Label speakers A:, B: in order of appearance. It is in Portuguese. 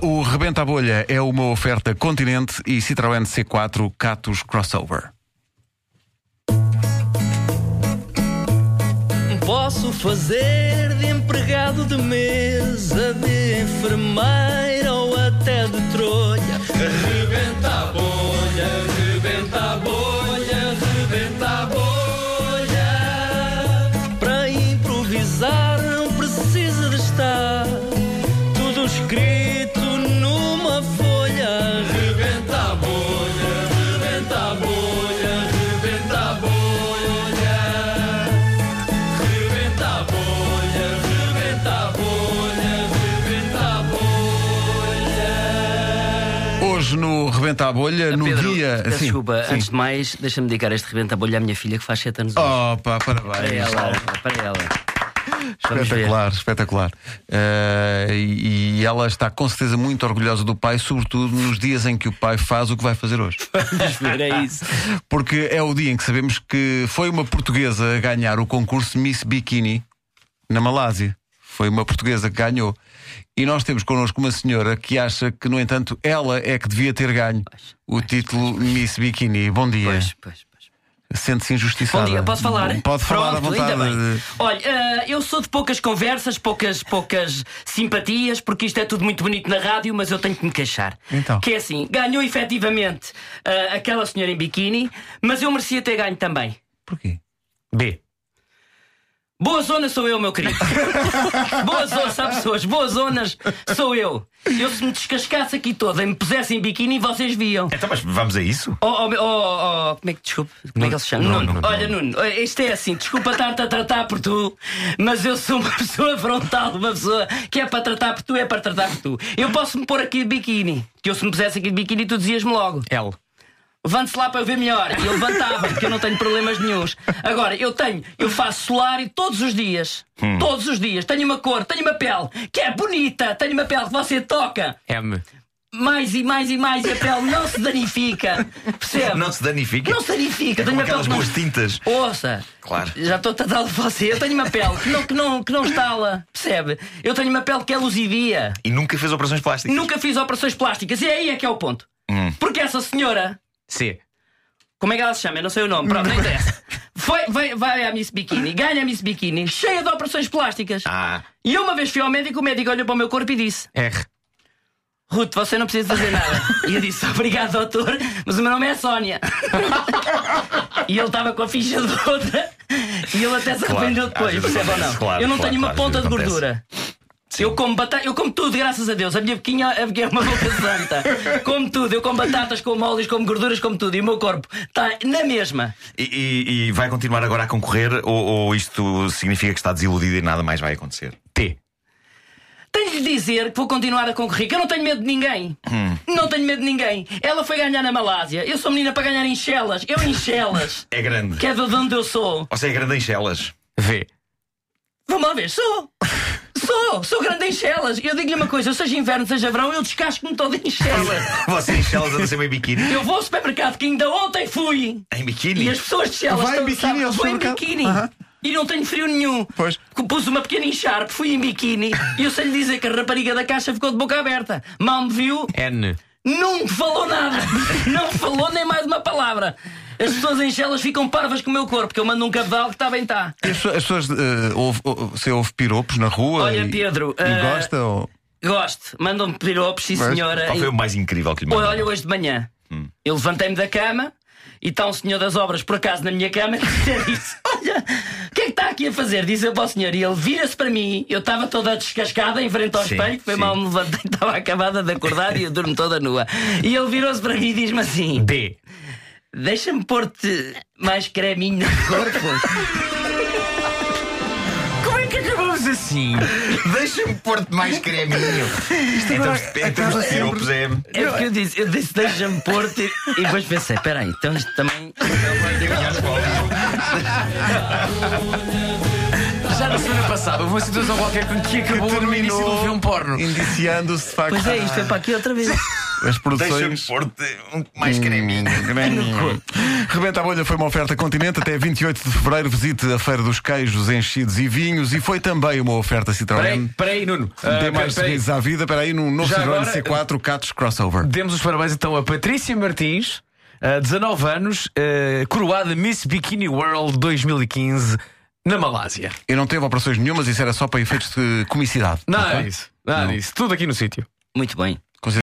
A: O Rebenta a Bolha é uma oferta Continente e Citroën C4 Catus Crossover.
B: Posso fazer de empregado de mesa, de enfermeira ou até de trolha. Rebenta a bolha, rebenta a bolha, rebenta a bolha. Para improvisar não precisa de estar tudo escrito numa folha. Rebenta a bolha, rebenta a bolha, rebenta a bolha. Rebenta a bolha, rebenta a bolha, rebenta a bolha.
A: Hoje no Rebenta a Bolha, no
C: Pedro,
A: dia.
C: peço
A: Sim,
C: desculpa,
A: assim, sim. Oh,
C: antes de mais, deixa-me dedicar este rebento a bolha à minha filha que faz 7 anos hoje.
A: Opa,
C: para
A: parabéns.
C: ela, Alba, para ela. Vamos ver.
A: Espetacular, espetacular. Eh, e, e ela está com certeza muito orgulhosa do pai, sobretudo nos dias em que o pai faz o que vai fazer hoje.
C: Vamos ver, é isso.
A: Porque é o dia em que sabemos que foi uma portuguesa a ganhar o concurso Miss Bikini na Malásia. Foi uma portuguesa que ganhou. E nós temos connosco uma senhora que acha que, no entanto, ela é que devia ter ganho
C: Pois,
A: o título Miss Bikini. Bom dia.
C: Pois, pois, pois.
A: Sente-se injustiçada.
C: Bom dia, posso falar?
A: Tá Pode falar à
C: Pronto,
A: vontade. eh,
C: Ainda bem. Olha, ah, eu sou de poucas conversas, poucas, poucas simpatias, porque isto é tudo muito bonito na rádio, mas eu tenho que me queixar.
A: Então.
C: Que é assim, ganhou efetivamente ah, aquela senhora em biquíni, mas eu merecia ter ganho também.
A: Porquê?
C: B. Boa zona sou eu, meu querido. boa zona, sabe pessoas, boas zonas sou eu. Eu se me descascasse aqui toda e me pusesse em biquíni, vocês viam.
D: Então, mas vamos a isso?
C: Oh, oh, oh, oh, como é que, desculpe, como é que ele se chama?
D: Nuno,
C: Nuno,
D: Nuno,
C: olha, Nuno, eh, isto é assim, desculpa estar-te a tratar por tu, mas eu sou uma pessoa frontal, uma pessoa que é para tratar por tu, é para tratar por tu. Eu posso-me pôr aqui de biquíni, que eu se me pusesse aqui de biquíni, tu dizias-me logo. L. Levante-se lá para eu ver melhor. E eu levantava, porque eu não tenho problemas nenhuns. Agora, eu tenho, eu faço solário todos os dias.
D: Hum.
C: Todos os dias. Tenho uma cor, tenho uma pele que é bonita, tenho uma pele que você toca.
E: M.
C: Mais e mais e mais, e a pele não se danifica. Percebe?
D: Não se danifica?
C: Não se danifica,
D: É
C: tenho
D: com
C: uma
D: aquelas
C: pele. que
D: boas
C: não-
D: tintas.
C: Ouça,
D: Claro.
C: já estou a tratar de você. Eu tenho uma pele que não, que não, que não estala, percebe? Eu tenho uma pele que é luzidia.
D: E nunca fez operações plásticas?
C: Nunca fiz operações plásticas e aí é que é o ponto.
D: Hum.
C: Porque essa senhora,
E: C.
C: como é que ela se chama? Eu não sei o nome, pronto, não interessa. Foi, vai, vai à Miss Bikini, ganha a Miss Bikini, cheia de operações plásticas.
D: Ah,
C: E eu uma vez fui ao médico, o médico olhou para o meu corpo e disse:
E: R.
C: Ruth, você não precisa fazer nada. E eu disse, obrigado, doutor, mas o meu nome é Sónia. e ele estava com a ficha de outra e ele até se
D: Claro,
C: arrependeu
D: às
C: depois,
D: vezes
C: percebe ou não?
D: acontece, claro,
C: eu não
D: claro,
C: tenho uma
D: claro,
C: ponta de
D: acontece.
C: gordura. Eu como batata, eu como tudo, graças a Deus. A minha boquinha a boquinha é uma boca santa. Como tudo, eu como batatas, como óleos, como gorduras, como tudo. E o meu corpo está na mesma.
D: e, e- e vai continuar agora a concorrer? Ou, ou isto significa que está desiludido e nada mais vai acontecer?
E: T.
C: Tenho de dizer que vou continuar a concorrer, que eu não tenho medo de ninguém.
A: Hum.
C: Não tenho medo de ninguém. Ela foi ganhar na Malásia. Eu sou menina para ganhar em Chelas. Eu em Chelas.
D: É grande.
C: Que é de onde eu sou.
D: Ou seja, é grande em chelas.
E: V.
C: Vamos lá ver, sou! Sou! Sou grande em chelas! Eu digo-lhe uma coisa, eu seja inverno, seja verão, eu descasco-me todo em chelas!
D: Você em chelas anda sempre em biquíni?
C: Eu vou ao supermercado que ainda ontem fui!
D: Em
C: E
D: biquíni?
C: as pessoas de chelas
A: Vai em
C: estão,
A: biquíni
C: sabem,
A: ao
C: Fui em
A: supermercado?
C: biquíni!
A: Aham.
C: E não tenho frio nenhum.
A: Pois.
C: Pus uma pequena encharpe, fui em biquíni e eu sei lhe dizer que a rapariga da caixa ficou de boca aberta. Mal me viu,
E: N.
C: não falou nada. Não falou nem mais uma palavra. As pessoas em chelas ficam parvas com o meu corpo, que eu mando um cabedal que está bem está.
A: E As pessoas- as pessoas. eh, ouve- ou- você ouve piropos na rua?
C: Olha,
A: e-
C: Pedro,
A: E
C: eh,
A: gosta? Ou...
C: Gosto, mandam-me piropos, sim
A: Mas,
C: senhora.
D: Qual foi o Hum. mais incrível que lhe
C: Olha,
D: mandou?
C: olha, hoje de manhã eu levantei-me da cama e está um senhor das obras por acaso na minha cama que até disse: Olha, o que é que está aqui a fazer? Diz eu para o senhor. E ele vira-se para mim, eu estava toda descascada em frente ao
D: Sim,
C: espelho, foi
D: sim.
C: mal me levantei, estava acabada de acordar e eu durmo toda nua. E ele virou-se para mim e diz-me assim:
E: D.
C: Deixa-me pôr-te mais creminho no corpo.
E: Como é que acabamos assim?
D: Deixa-me pôr-te mais creminho. Isto em termos de siropos é.
C: é porque eu disse: Eu disse, deixa-me pôr-te. E depois pensei: Peraí, então isto também.
E: Já na semana passada, houve uma situação qualquer com que acabou no início de um filme porno.
A: Indiciando-se de facto.
C: Pois é, isto é para aqui outra vez.
A: as
D: Deixa-me
A: produções.
D: pôr-te um- mais creminho.
A: Rebenta a Bolha foi uma oferta continente. Até 28 de fevereiro, visite a Feira dos Queijos, Enchidos e Vinhos. E foi também uma oferta Citroën.
E: Peraí, peraí, Nuno. Ah,
A: Dê mais
E: peraí.
A: sorrisos à vida. Espera aí, num novo
E: Já
A: Citroën
E: agora-
A: C4 Catos Crossover.
E: Demos os parabéns então a Patrícia Martins, ah, 19 anos, ah, coroada Miss Bikini World 2015 na Malásia.
A: E não teve operações nenhumas, isso era só para efeitos de comicidade.
E: Nada
A: Ok?
E: disso, nada disso. é Tudo aqui no sítio.
C: Muito bem.